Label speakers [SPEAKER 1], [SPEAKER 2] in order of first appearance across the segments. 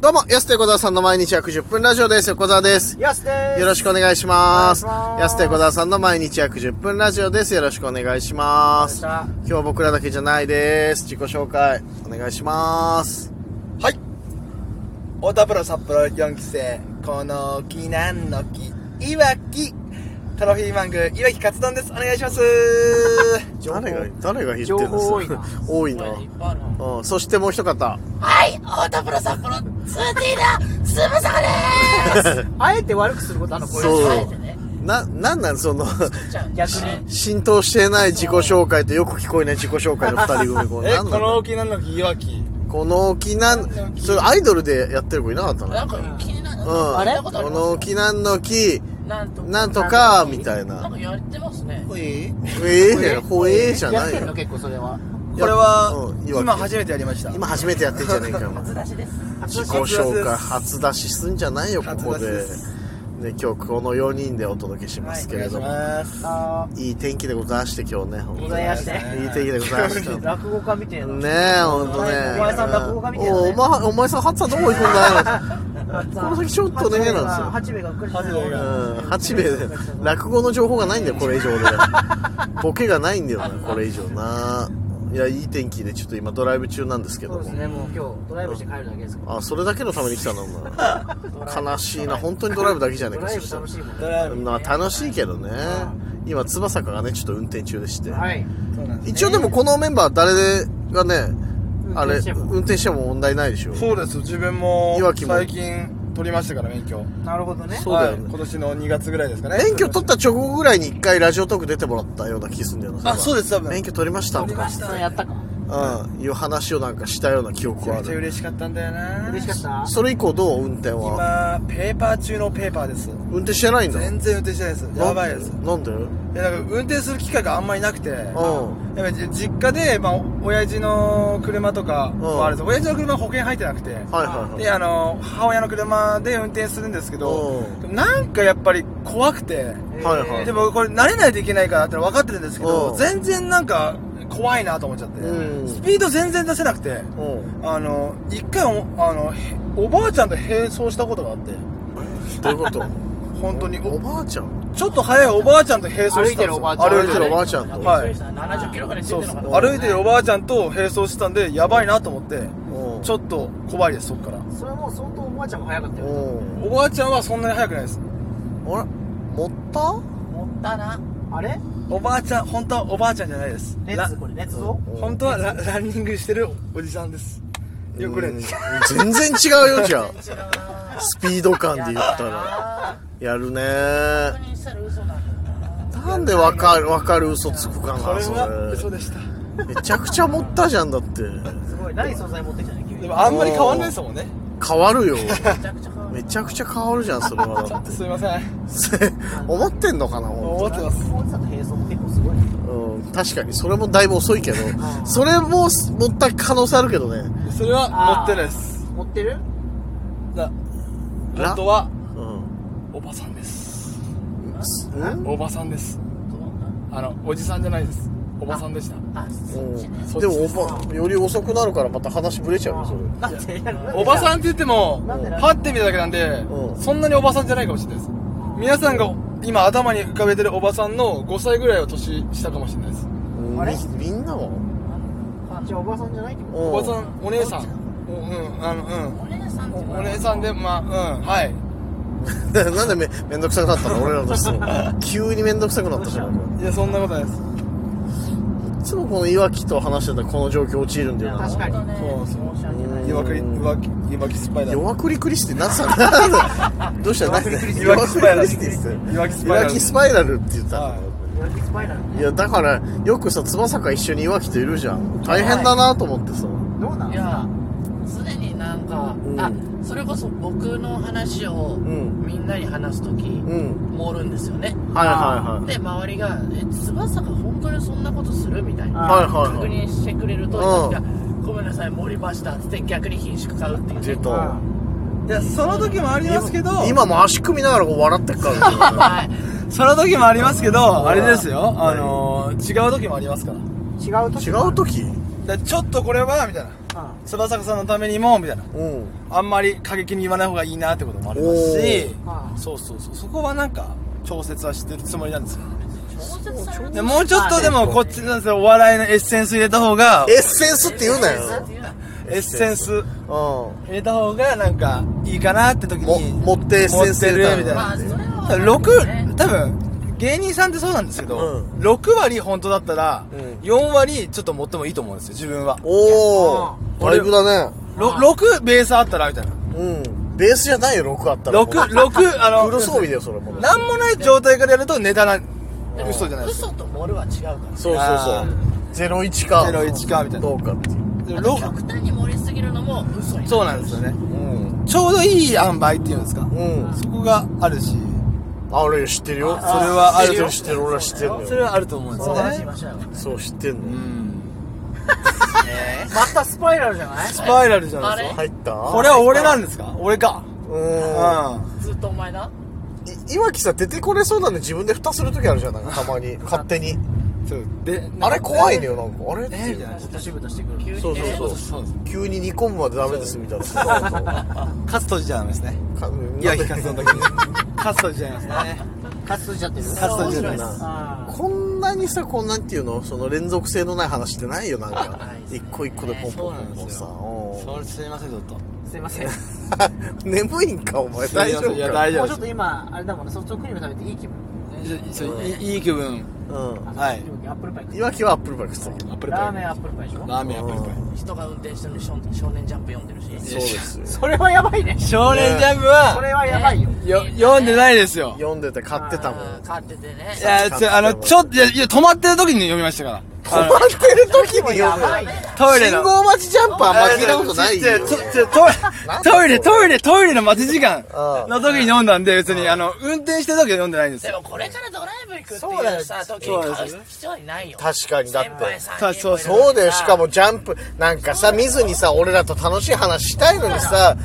[SPEAKER 1] どうも、安手小沢さんの毎日約10分ラジオです。横澤です。
[SPEAKER 2] やすです
[SPEAKER 1] よろ
[SPEAKER 2] し
[SPEAKER 1] しくお願いします。
[SPEAKER 2] お願いします
[SPEAKER 1] 安手小沢さんの毎日約10分ラジオです。よろしくお願いします。
[SPEAKER 2] お願
[SPEAKER 1] 今
[SPEAKER 2] いしま
[SPEAKER 1] 日は僕らだけじゃないです。自己紹介、お願いします。
[SPEAKER 2] くはい太田プロ札幌4期生この木なんの木いわきトロフィーマングいわきカツ丼ですお願いし ます
[SPEAKER 1] 誰が、誰が言ってるんです
[SPEAKER 3] 情報多いな
[SPEAKER 1] 多いな。うん、そしてもう一方。
[SPEAKER 4] はい、太田プロ札幌、ツーティーダ、スープサカで
[SPEAKER 3] あえて悪くすることあんのこれ
[SPEAKER 1] そう
[SPEAKER 4] ーすね。
[SPEAKER 1] な、なんなんその、
[SPEAKER 3] 逆に
[SPEAKER 1] 浸透してない自己紹介とよく聞こえない自己 紹介の二人組。これ
[SPEAKER 2] え
[SPEAKER 1] なんな
[SPEAKER 2] こ
[SPEAKER 1] んだろう
[SPEAKER 2] の木なんの木いわき
[SPEAKER 1] この沖縄、それアイドルでやってる子いなかったの
[SPEAKER 4] なんか気になる。
[SPEAKER 1] うん。
[SPEAKER 3] あれ
[SPEAKER 4] こ
[SPEAKER 1] この沖縄の木、
[SPEAKER 4] なんと
[SPEAKER 1] なんとか、みたいな。
[SPEAKER 4] かやってますね。
[SPEAKER 1] ええじゃない、ほえーじゃ
[SPEAKER 3] や
[SPEAKER 1] な
[SPEAKER 3] っ
[SPEAKER 1] い
[SPEAKER 3] てんの
[SPEAKER 1] よ。
[SPEAKER 3] 結構それは
[SPEAKER 2] これは
[SPEAKER 1] うんいわき
[SPEAKER 2] 今初めてやりました
[SPEAKER 1] 今初めてやってんじゃねえかよ。
[SPEAKER 4] 初出しです。
[SPEAKER 1] 自己紹介、初出しすんじゃないよ、ここ
[SPEAKER 2] 初出し
[SPEAKER 1] で
[SPEAKER 2] で。
[SPEAKER 1] ね、今日この4人でお届けしますけれども。
[SPEAKER 2] ます
[SPEAKER 3] あ
[SPEAKER 1] いい天気でございまして、今日ね。ほんと
[SPEAKER 3] ご
[SPEAKER 1] に
[SPEAKER 3] ざいまして
[SPEAKER 1] いい天気でございまし
[SPEAKER 3] ー
[SPEAKER 1] た。
[SPEAKER 3] 落語家みたいな
[SPEAKER 1] ねえ、ほんとね。
[SPEAKER 3] お前さん落語家みたいなね
[SPEAKER 1] おお前、お前さん、初さんどこ行くんだよ。この先ちょっとねなん
[SPEAKER 3] 八兵衛がうっかりして
[SPEAKER 2] 八兵衛が
[SPEAKER 1] うん、八兵衛で、落語の情報がないんだよ、これ以上で。 ボケがないんだよな、これ以上な。いや、いい天気で、ちょっと今ドライブ中なんですけ
[SPEAKER 3] そ
[SPEAKER 1] ど
[SPEAKER 3] うで
[SPEAKER 1] も
[SPEAKER 3] す。ねもう今日ドライブして帰るだけですか
[SPEAKER 1] あ、それだけのために来たのお前悲しいな、本当にドライブだけじゃね
[SPEAKER 3] ら
[SPEAKER 1] え
[SPEAKER 3] ド
[SPEAKER 1] か、
[SPEAKER 3] ラ
[SPEAKER 1] そ
[SPEAKER 3] イ
[SPEAKER 1] したら
[SPEAKER 3] ブ楽しいもんね
[SPEAKER 2] ドライブ
[SPEAKER 1] まあ、楽しいけどね。今、翼がね、ちょっと運転中でして。
[SPEAKER 3] はい
[SPEAKER 2] そうなんです
[SPEAKER 1] 一応でもこのメンバー誰がね、あれ
[SPEAKER 3] 運転して、も
[SPEAKER 1] 運転しても問題ないでしょ。
[SPEAKER 2] そうです自分も
[SPEAKER 1] いわきも
[SPEAKER 2] 最近取りましたから免許
[SPEAKER 3] なるほどね
[SPEAKER 1] そうだよね
[SPEAKER 2] はい今年の2月ぐらいですかね
[SPEAKER 1] 免許取った直後ぐらいに一回ラジオトーク出てもらったような気すんだよな。
[SPEAKER 2] あそうです多分
[SPEAKER 1] 免許取りましたとか。
[SPEAKER 3] それやったかも
[SPEAKER 1] うん、いう話をなんかしたような記
[SPEAKER 2] め
[SPEAKER 1] 憶
[SPEAKER 2] ちゃ
[SPEAKER 1] はあ
[SPEAKER 2] めちゃ
[SPEAKER 1] る。
[SPEAKER 2] 嬉しかったんだよな
[SPEAKER 3] 嬉しかった
[SPEAKER 1] それ以降どう運転は
[SPEAKER 2] 今ペーパー中のペーパーです
[SPEAKER 1] 運転してないんだ。
[SPEAKER 2] 全然運転してないです
[SPEAKER 1] なん
[SPEAKER 2] やばいです
[SPEAKER 1] なんでうん。
[SPEAKER 2] いやなんか運転する機会があんまりなくてやっぱ実家で、まあ、お親父の車とか
[SPEAKER 1] うん
[SPEAKER 2] はあれです親父の車保険入ってなくて
[SPEAKER 1] はいはい
[SPEAKER 2] で
[SPEAKER 1] は
[SPEAKER 2] あの母親の車で運転するんですけど
[SPEAKER 1] うん
[SPEAKER 2] でもなんかやっぱり怖くて
[SPEAKER 1] い。はいはい。
[SPEAKER 2] でもこれ慣れないといけないからってのは分かってるんですけ
[SPEAKER 1] う
[SPEAKER 2] ど
[SPEAKER 1] ん
[SPEAKER 2] 全然なんか怖いなと思っちゃって
[SPEAKER 1] うん
[SPEAKER 2] スピード全然出せなくて
[SPEAKER 1] うん、
[SPEAKER 2] あの一回おあのへおばあちゃんと並走したことがあって
[SPEAKER 1] どういうこと
[SPEAKER 2] 本当に
[SPEAKER 1] おばあちゃん
[SPEAKER 2] ちょっと早いおばあちゃんと並走
[SPEAKER 3] 歩
[SPEAKER 2] し
[SPEAKER 3] い
[SPEAKER 2] たんです
[SPEAKER 3] てる
[SPEAKER 2] よ
[SPEAKER 3] おばあちゃん
[SPEAKER 1] 歩いてるおばあちゃんと。
[SPEAKER 2] はい
[SPEAKER 4] 70キロからい出
[SPEAKER 2] そ
[SPEAKER 4] て
[SPEAKER 2] う
[SPEAKER 4] る
[SPEAKER 2] そ
[SPEAKER 4] のか
[SPEAKER 2] う
[SPEAKER 4] な。
[SPEAKER 2] 歩いてるおばあちゃんと並走してたんでやばいなと思って
[SPEAKER 1] うん
[SPEAKER 2] ちょっと怖いですそっから
[SPEAKER 3] それはもう相当おばあちゃんも早かったよ
[SPEAKER 1] うん
[SPEAKER 2] おばあちゃんはそんなに速くないです
[SPEAKER 1] あれ持った
[SPEAKER 4] 持ったな。
[SPEAKER 3] あれ
[SPEAKER 2] おばあちゃん本当はおばあちゃんじゃないです
[SPEAKER 3] レ
[SPEAKER 2] ラ
[SPEAKER 3] ッツこれレッツを
[SPEAKER 2] 本当はラランニングしてるおじさんですよくれ
[SPEAKER 1] うん
[SPEAKER 2] です
[SPEAKER 1] 全然違うよ、じゃあ。スピード感で言ったら。やるね
[SPEAKER 4] 確認したら嘘なんだよな。
[SPEAKER 1] なんでわかる、わかる嘘つくかな、
[SPEAKER 2] これは
[SPEAKER 1] そ
[SPEAKER 2] 嘘
[SPEAKER 1] れ。
[SPEAKER 2] でした
[SPEAKER 1] めちゃくちゃ持ったじゃんだって。
[SPEAKER 3] すごい何素材持ってきたね急
[SPEAKER 2] で
[SPEAKER 3] に
[SPEAKER 2] もあんまり変わんないですもんね
[SPEAKER 1] 変わ るよ。
[SPEAKER 4] めちゃくちゃ可愛い。
[SPEAKER 1] めちゃくちゃ変わるじゃん、それはだって。
[SPEAKER 2] すいません
[SPEAKER 1] 思ってんのかな、
[SPEAKER 2] 思
[SPEAKER 1] 本
[SPEAKER 2] ってます
[SPEAKER 3] おじさんと並走も結構すごいね
[SPEAKER 1] 当にうん、確かに、それもだいぶ遅いけど、それも持った可能性あるけどね。
[SPEAKER 2] それは持ってないです
[SPEAKER 3] 持ってる
[SPEAKER 2] だ
[SPEAKER 1] ラ
[SPEAKER 2] 本当は
[SPEAKER 1] うん。
[SPEAKER 2] おばさんです
[SPEAKER 1] すん
[SPEAKER 2] おばさんですあのおじさんじゃないですおばさんでした
[SPEAKER 4] あ、そう
[SPEAKER 1] うんでもおば、より遅くなるからまた話ぶれちゃうよ、それ。
[SPEAKER 3] なんで
[SPEAKER 2] おばさんって言っても
[SPEAKER 3] なんでなんで
[SPEAKER 2] パッて見ただけなんで
[SPEAKER 1] うん
[SPEAKER 2] そんなにおばさんじゃないかもしれないです皆さんが今頭に浮かべてるおばさんの5歳ぐらいを年下かもしれないです
[SPEAKER 1] うん
[SPEAKER 3] あれ
[SPEAKER 1] みみんなは
[SPEAKER 3] じゃあおばさんじゃないってこ
[SPEAKER 2] おばさ
[SPEAKER 1] ん。
[SPEAKER 2] んお姉さんおうんあのうん
[SPEAKER 4] お姉さんって
[SPEAKER 2] おお姉さんでまあうんはい
[SPEAKER 1] なん でめめんどくさくなったの俺らとしても急にめんどくさくなったじゃん。
[SPEAKER 2] いやそんなことないです
[SPEAKER 1] いつもこのいわきと話してたらこの状況陥るんだよな。
[SPEAKER 3] 確かに
[SPEAKER 2] そうそう
[SPEAKER 4] 申し訳ない。
[SPEAKER 2] いわきいわきいわきスパイダー
[SPEAKER 1] 弱くりクリスって何つったの どうしたの
[SPEAKER 2] 弱くりクリス
[SPEAKER 1] 弱くりクリスって
[SPEAKER 2] いわきス
[SPEAKER 1] い
[SPEAKER 2] パイ
[SPEAKER 1] わ
[SPEAKER 2] ダー
[SPEAKER 1] きスパイラルって言ったの、
[SPEAKER 2] はい
[SPEAKER 3] わきスパイラル
[SPEAKER 1] い、やだからよくさ翼が一緒にいわきといるじゃん大変だなと思ってさ、
[SPEAKER 3] どうないの
[SPEAKER 4] やすでになんか、
[SPEAKER 1] うん
[SPEAKER 4] あそれこそ僕の話を
[SPEAKER 1] ん
[SPEAKER 4] みんなに話す時、
[SPEAKER 1] うん
[SPEAKER 4] 盛るんですよね
[SPEAKER 1] はいはいはい
[SPEAKER 4] で周りが「え翼が本当にそんなことする?」みたいな
[SPEAKER 3] あ
[SPEAKER 1] はいはい
[SPEAKER 4] 確
[SPEAKER 1] はい
[SPEAKER 4] 認してくれると
[SPEAKER 1] うん
[SPEAKER 4] 私が「ごめんなさい盛りました」つって逆に品種買うっていう
[SPEAKER 1] 出
[SPEAKER 4] ね
[SPEAKER 1] た
[SPEAKER 2] いやその時もありますけど
[SPEAKER 1] 今も足組みながらこう笑ってっからね、
[SPEAKER 4] はい
[SPEAKER 2] その時もありますけど、あれですよ、あのー、違う時もありますから。
[SPEAKER 3] 違うと
[SPEAKER 1] 違う時
[SPEAKER 2] でちょっとこれは、みたいな。菅田将暉さんのためにもみたいな
[SPEAKER 1] うん
[SPEAKER 2] あんまり過激に言わない方がいいなってこともありますし
[SPEAKER 1] お
[SPEAKER 3] は
[SPEAKER 2] そうそうそうそこはなんか調節はしてるつもりなんですよ
[SPEAKER 4] 接される
[SPEAKER 2] でもうちょっとでもこっちなんですよお笑いのエッセンス入れた方が
[SPEAKER 1] エッセンスって言うなよ
[SPEAKER 2] エッセンス
[SPEAKER 1] う
[SPEAKER 2] 入れた方がなんかいいかなって時
[SPEAKER 1] んも
[SPEAKER 2] に
[SPEAKER 1] 持ってエッセンス入れた
[SPEAKER 2] 持ってるみたいな
[SPEAKER 4] まあそれは
[SPEAKER 2] 6多分芸人さんってそうなんですけど、
[SPEAKER 1] う
[SPEAKER 2] 6割本当だったら
[SPEAKER 1] うん
[SPEAKER 2] 4割ちょっと持ってもいいと思うんですよ自分は
[SPEAKER 1] おお
[SPEAKER 2] うん
[SPEAKER 1] だいぶだね
[SPEAKER 2] ろ6ベースあったらみたいな
[SPEAKER 1] うんベースじゃないよ6あったら
[SPEAKER 2] 66あの
[SPEAKER 1] フル装備だよそれもう
[SPEAKER 2] なんもない状態からやるとネタな嘘じゃないです
[SPEAKER 3] 嘘と盛るは違うから
[SPEAKER 1] そうそう
[SPEAKER 2] あ
[SPEAKER 1] そう01か
[SPEAKER 2] 01かみたいな
[SPEAKER 1] どうかっていう
[SPEAKER 2] ろ
[SPEAKER 4] 極端に盛りすぎるのも嘘になる
[SPEAKER 2] そうなんですよね
[SPEAKER 1] うん
[SPEAKER 2] ちょうどいい塩梅っていうんですか、
[SPEAKER 1] うん
[SPEAKER 2] そこがあるし
[SPEAKER 1] あ俺知ってるよ
[SPEAKER 2] それはあ
[SPEAKER 1] 知ってる
[SPEAKER 2] ると
[SPEAKER 1] よ知ってる俺は知ってるの
[SPEAKER 2] そ
[SPEAKER 1] よ
[SPEAKER 2] れはあると思うんです
[SPEAKER 3] 素
[SPEAKER 2] よ
[SPEAKER 3] 晴らしい
[SPEAKER 2] ね
[SPEAKER 3] 場所だよ
[SPEAKER 1] そう知ってん
[SPEAKER 2] う
[SPEAKER 1] の
[SPEAKER 2] ん
[SPEAKER 3] またスパイラルじゃない
[SPEAKER 2] スパイラルじゃない
[SPEAKER 4] あ
[SPEAKER 2] で
[SPEAKER 4] れ
[SPEAKER 2] すか
[SPEAKER 1] 入った
[SPEAKER 2] これは俺なんですか俺か
[SPEAKER 1] う
[SPEAKER 2] う
[SPEAKER 4] ずっとお前だ
[SPEAKER 1] んい岩木さ出てこれそうなんで自分で蓋する時あるじゃないたまに勝手に
[SPEAKER 2] んそうで
[SPEAKER 1] あれ怖いの
[SPEAKER 2] よ
[SPEAKER 1] よなんかあれって
[SPEAKER 2] え
[SPEAKER 1] い
[SPEAKER 2] みたいうな
[SPEAKER 3] 落としぶとしてくる
[SPEAKER 4] 急にね
[SPEAKER 1] そうそうそう
[SPEAKER 2] そうです
[SPEAKER 1] 急に煮込むまでダメですみたいなか
[SPEAKER 2] カス閉じちゃダメですねいや
[SPEAKER 1] なんで
[SPEAKER 2] 引かすの時に カス閉じちゃいますね
[SPEAKER 3] カスじゃってる
[SPEAKER 2] カス閉じちゃ
[SPEAKER 1] 面白
[SPEAKER 2] い
[SPEAKER 1] い
[SPEAKER 2] ます
[SPEAKER 3] あ
[SPEAKER 1] こんなにさこんなんていうのその連続性のない話ってないよなんか
[SPEAKER 4] いですね
[SPEAKER 1] 一個一個でポンポンポンポンさ
[SPEAKER 2] それすいませんちょっと
[SPEAKER 3] ーすいませんも
[SPEAKER 1] うん 眠いんかお前
[SPEAKER 2] すいませ
[SPEAKER 1] 大
[SPEAKER 2] ん
[SPEAKER 1] 丈
[SPEAKER 2] い
[SPEAKER 1] 夫
[SPEAKER 2] や
[SPEAKER 1] か
[SPEAKER 2] 大丈
[SPEAKER 3] うち
[SPEAKER 2] 夫
[SPEAKER 3] ょっ
[SPEAKER 2] で
[SPEAKER 3] と今あれだもんねソフトクリーム食べていい気分
[SPEAKER 2] すそういいいい気分
[SPEAKER 1] うん
[SPEAKER 2] はい
[SPEAKER 3] アップルパイ食って
[SPEAKER 1] いわきはアップルバックしてたけど
[SPEAKER 2] アップルパ
[SPEAKER 3] ラー
[SPEAKER 2] イ
[SPEAKER 3] メンアップルパイでしょ
[SPEAKER 2] ラーメンアップルパイ
[SPEAKER 4] 人が運転してるのに少少年ジャンプ読んでるし
[SPEAKER 1] そうですよ
[SPEAKER 3] それはやばいね
[SPEAKER 2] 少年ジャンプ
[SPEAKER 3] それ
[SPEAKER 2] は
[SPEAKER 3] はやばいよ
[SPEAKER 2] よ読んでないですよ
[SPEAKER 1] 読んでて買ってたもん
[SPEAKER 4] 買っててね
[SPEAKER 2] いやちょあのちょっといやいや止まってる時に読みましたから
[SPEAKER 1] 止まってる時に
[SPEAKER 3] や
[SPEAKER 1] 読む
[SPEAKER 3] ばい
[SPEAKER 2] トイレ
[SPEAKER 1] 信
[SPEAKER 2] の
[SPEAKER 1] 号待ちジャンプあんま聞いたことないよ
[SPEAKER 2] ちょちょちょトイ
[SPEAKER 1] なんだ
[SPEAKER 2] トイレ、
[SPEAKER 1] それ
[SPEAKER 2] トイレ、トイレの待ち時間
[SPEAKER 1] うん
[SPEAKER 2] の時に飲んだんで、別に、あの、運転してる時は読んでないんです
[SPEAKER 4] で
[SPEAKER 2] よ。
[SPEAKER 4] もこれからドライブ行くって
[SPEAKER 3] そうだ
[SPEAKER 4] い
[SPEAKER 3] よ
[SPEAKER 4] うさ時
[SPEAKER 2] そう
[SPEAKER 4] に
[SPEAKER 2] なん
[SPEAKER 4] 買
[SPEAKER 2] ですよ
[SPEAKER 4] う必要ないよ
[SPEAKER 1] 確かにだって
[SPEAKER 4] 先輩さん
[SPEAKER 2] そうそうそう
[SPEAKER 1] そうだよしかもジャンプなんかさ見ずにさ俺らと楽しい話したいのにさ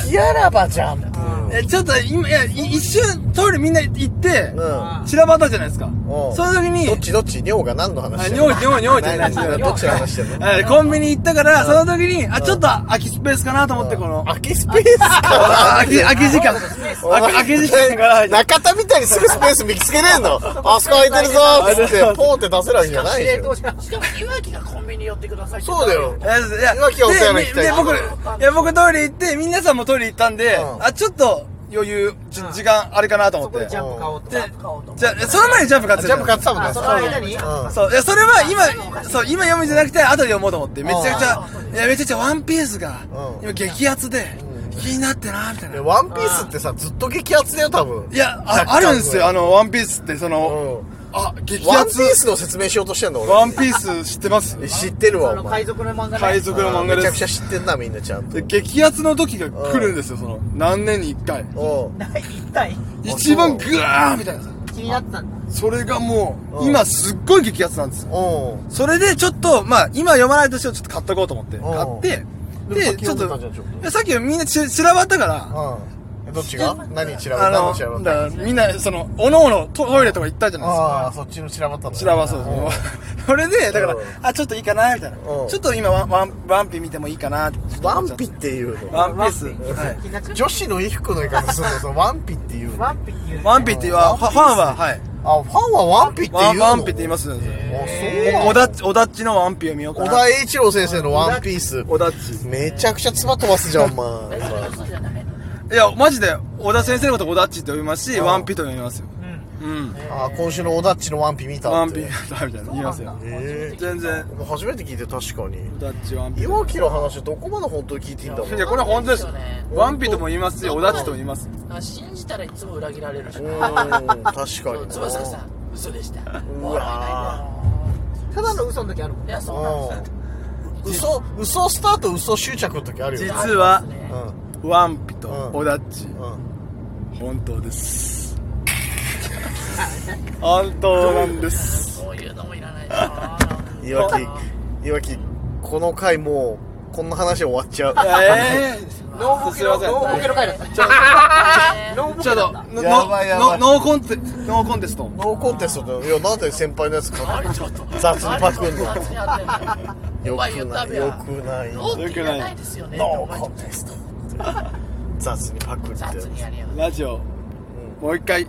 [SPEAKER 1] 好きあらばジャンプ
[SPEAKER 2] えちょっと今、いや、い一瞬、トイレみんな行って、
[SPEAKER 1] うん
[SPEAKER 2] 散らばったじゃないですか。
[SPEAKER 1] おう
[SPEAKER 2] その時に
[SPEAKER 1] どっ、ちどっち尿が何の話
[SPEAKER 2] あ
[SPEAKER 1] してんの
[SPEAKER 2] 尿意、尿意、尿意じゃないですよ
[SPEAKER 1] どっちの話してんの
[SPEAKER 2] えコンビニ行ったから、その時に、あ、ちょっと空きスペースかなと思って、この、
[SPEAKER 1] 空きスペースか
[SPEAKER 2] あ空き、空き時間。
[SPEAKER 1] な
[SPEAKER 2] 空き空き時間から、
[SPEAKER 1] 中田みたいにすぐスペース見つけねえのあそこ空いてるぞーっつってポンって出せるわけじゃないでしょ
[SPEAKER 3] じゃん
[SPEAKER 4] しかもいわきがコンビニ寄ってくださいって
[SPEAKER 1] そうだよ
[SPEAKER 2] いや、いや、
[SPEAKER 1] 今日お世話になってきた
[SPEAKER 2] で、で僕、いや、僕トイレ行って、皆さんもトイレ行ったんで、
[SPEAKER 1] うん
[SPEAKER 2] あ、ちょっと余裕、ちょ時間あれかなと思
[SPEAKER 3] そ
[SPEAKER 2] っ
[SPEAKER 3] こで
[SPEAKER 2] て
[SPEAKER 3] ジ。ャンプ買おうと
[SPEAKER 2] で
[SPEAKER 3] ジャンプ買おうと
[SPEAKER 2] じゃあ、その前にジャンプ買って
[SPEAKER 1] ジャンプ買ってたもんね
[SPEAKER 3] あその間に
[SPEAKER 1] うん
[SPEAKER 2] そう、いや、それは今、そう、今読むんじゃなくて、後で読もうと思って、めちゃくちゃ、いや、めちゃくちゃワンピースが
[SPEAKER 1] う、ん
[SPEAKER 2] 今激アツで、気になってな、みたい
[SPEAKER 1] で
[SPEAKER 2] な。
[SPEAKER 1] ワンピースってさずっと激アツだよ多分
[SPEAKER 2] いや、あ
[SPEAKER 1] 若干
[SPEAKER 2] あるんですよ、あの、ワンピースって、その、
[SPEAKER 1] うん
[SPEAKER 2] あ、激
[SPEAKER 1] ワ
[SPEAKER 2] ア
[SPEAKER 1] ンピ
[SPEAKER 2] ツ。
[SPEAKER 1] ースの説明しようとしてんの
[SPEAKER 2] ワ
[SPEAKER 1] 俺
[SPEAKER 2] ンピース知ってます
[SPEAKER 1] 知ってる
[SPEAKER 3] あ
[SPEAKER 1] わ
[SPEAKER 3] の
[SPEAKER 1] お前
[SPEAKER 3] 海賊の漫画ね
[SPEAKER 2] 海賊の漫画
[SPEAKER 1] めちゃ
[SPEAKER 2] で
[SPEAKER 1] くちゃ
[SPEAKER 2] す。
[SPEAKER 1] 知ってんなみんなちゃんと
[SPEAKER 2] で、激アツの時が来るんですよ、その、何年に一回。
[SPEAKER 1] おう
[SPEAKER 3] 一体
[SPEAKER 2] 一番グワーみたいなさ。
[SPEAKER 3] 気になったんだ
[SPEAKER 2] それがも
[SPEAKER 1] う
[SPEAKER 2] う、
[SPEAKER 1] ん
[SPEAKER 2] 今すっごい激アツなんですよ。
[SPEAKER 1] おう
[SPEAKER 2] それでちょっと、まあ、今読まないとしてもちょっと買っとこうと思って、
[SPEAKER 1] ん
[SPEAKER 2] 買って、
[SPEAKER 1] で
[SPEAKER 2] で、
[SPEAKER 1] も
[SPEAKER 2] ちょ
[SPEAKER 1] さっき読ん
[SPEAKER 2] っ
[SPEAKER 1] でたじゃんちょっと
[SPEAKER 2] と、さっきみんなち散らばったから、
[SPEAKER 1] うんえどっちが何散らば
[SPEAKER 2] あ
[SPEAKER 1] った何散らば
[SPEAKER 2] の、
[SPEAKER 1] っ
[SPEAKER 2] だ
[SPEAKER 1] た
[SPEAKER 2] からみんな、その、おのおのトトイレとか行ったじゃないですか。
[SPEAKER 1] ああそっちの散らばったの
[SPEAKER 2] 散らばそう
[SPEAKER 1] うん
[SPEAKER 2] です。 それで、だから
[SPEAKER 1] うん、
[SPEAKER 2] あ、ちょっといいかな、みたいな。ち
[SPEAKER 1] う
[SPEAKER 2] ょ
[SPEAKER 1] ん
[SPEAKER 2] っと今ワン、ワン、ワンピ見てもいいかな、
[SPEAKER 1] ワンピ
[SPEAKER 2] っ
[SPEAKER 1] っていう
[SPEAKER 2] て
[SPEAKER 1] の
[SPEAKER 2] ワンピース。
[SPEAKER 3] ワン
[SPEAKER 2] はい
[SPEAKER 3] 気になっちゃ
[SPEAKER 1] 女子の衣服の言い方するのその ワンピっていう
[SPEAKER 3] う
[SPEAKER 1] のあ
[SPEAKER 3] ワンピっていう
[SPEAKER 2] ワンピっていうは、ファファンは、はい。
[SPEAKER 1] ファンはワンピって
[SPEAKER 2] ワ
[SPEAKER 1] 言う
[SPEAKER 2] ン
[SPEAKER 1] の
[SPEAKER 2] ワンピって言いますよ。
[SPEAKER 1] あそう
[SPEAKER 2] おだっち、おだっちのワンピを見ようか
[SPEAKER 1] 小
[SPEAKER 2] な。
[SPEAKER 1] 田栄一郎先生のワンピース
[SPEAKER 2] おだっち。
[SPEAKER 1] めちゃくちゃ妻飛ばすじゃんお 前
[SPEAKER 4] 嘘じゃないの
[SPEAKER 2] いや、マジで、小田先生のことおだっちって呼びますし、ワンピと呼びますよ。うん。
[SPEAKER 1] あー今週の小田っちのワンピ見たって
[SPEAKER 2] ワンピだみたいな言いますよ。
[SPEAKER 1] え
[SPEAKER 2] 全然。
[SPEAKER 1] え初めて聞いて確かに
[SPEAKER 2] おだっちワンピ。い
[SPEAKER 1] いわきの話どこまで本当に聞いていいんだろう
[SPEAKER 2] や、これ本当です。ワンピとも言いますよ、おだっちとも言います。
[SPEAKER 4] なんか信じたらいつも裏切られるし
[SPEAKER 1] うーん確かにな
[SPEAKER 4] 翼さん嘘でした
[SPEAKER 1] う
[SPEAKER 4] もう会えないわ
[SPEAKER 1] わ
[SPEAKER 3] ただの嘘の時あるもん
[SPEAKER 4] い
[SPEAKER 3] ね
[SPEAKER 4] やそうなんですよ
[SPEAKER 1] うん嘘嘘スタート嘘執着の時あるよね
[SPEAKER 2] 実は、
[SPEAKER 1] う
[SPEAKER 2] ワンピとおだっち、
[SPEAKER 1] んうん
[SPEAKER 2] 本当 です。本当なんです。
[SPEAKER 4] そういうのもいらないし
[SPEAKER 1] いわきいわきこの回もうこんな話終わっちゃう
[SPEAKER 2] ええ
[SPEAKER 3] ノーボケの
[SPEAKER 2] すいません
[SPEAKER 3] ノーボケの回だったノーボ
[SPEAKER 2] ち
[SPEAKER 3] ケ
[SPEAKER 2] ょっ
[SPEAKER 3] だ
[SPEAKER 2] と
[SPEAKER 3] っ、
[SPEAKER 2] ノ
[SPEAKER 3] た
[SPEAKER 1] やばいやば
[SPEAKER 2] ノ
[SPEAKER 1] い
[SPEAKER 2] ノーコンテ、ノーコンテスト。
[SPEAKER 1] ノーコンテストでいやなんで先輩のやつ買っ
[SPEAKER 4] あ
[SPEAKER 1] て
[SPEAKER 4] れちょっと
[SPEAKER 1] 雑にパクんの
[SPEAKER 4] 雑にあってんの
[SPEAKER 1] よ
[SPEAKER 4] お
[SPEAKER 1] く
[SPEAKER 4] 前言った
[SPEAKER 1] ない
[SPEAKER 4] べ
[SPEAKER 1] よ
[SPEAKER 4] や
[SPEAKER 1] くない
[SPEAKER 4] ロッキーじゃないですよね
[SPEAKER 1] ノ
[SPEAKER 4] お
[SPEAKER 1] ー
[SPEAKER 4] 前
[SPEAKER 1] コンテスト雑にパクって
[SPEAKER 4] 雑にやりやがって
[SPEAKER 2] ラジオ、もう一回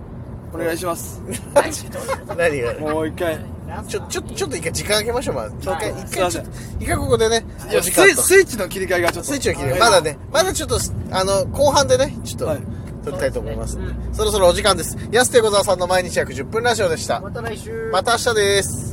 [SPEAKER 2] お願いします、
[SPEAKER 4] 何してどういうこ
[SPEAKER 1] 何が
[SPEAKER 2] もう一回
[SPEAKER 4] と
[SPEAKER 1] ちょちょちょっと一回時間あけましょうまあ一回
[SPEAKER 4] はい
[SPEAKER 1] 一
[SPEAKER 2] すいま
[SPEAKER 1] 回ち
[SPEAKER 2] せん
[SPEAKER 1] ょっと一回ここでね
[SPEAKER 2] いや
[SPEAKER 1] お時
[SPEAKER 2] ス
[SPEAKER 1] 間
[SPEAKER 2] イ
[SPEAKER 1] と
[SPEAKER 2] スイッチの切り替えがちょっと
[SPEAKER 1] スイッチを切るまだねまだちょっとあの後半でねちょっと
[SPEAKER 2] はい
[SPEAKER 1] 撮りたいと思います
[SPEAKER 3] そうですね
[SPEAKER 1] そろそろお時間です安手小沢さんの毎日約10分ラジオでした
[SPEAKER 3] また来週。
[SPEAKER 1] また明日です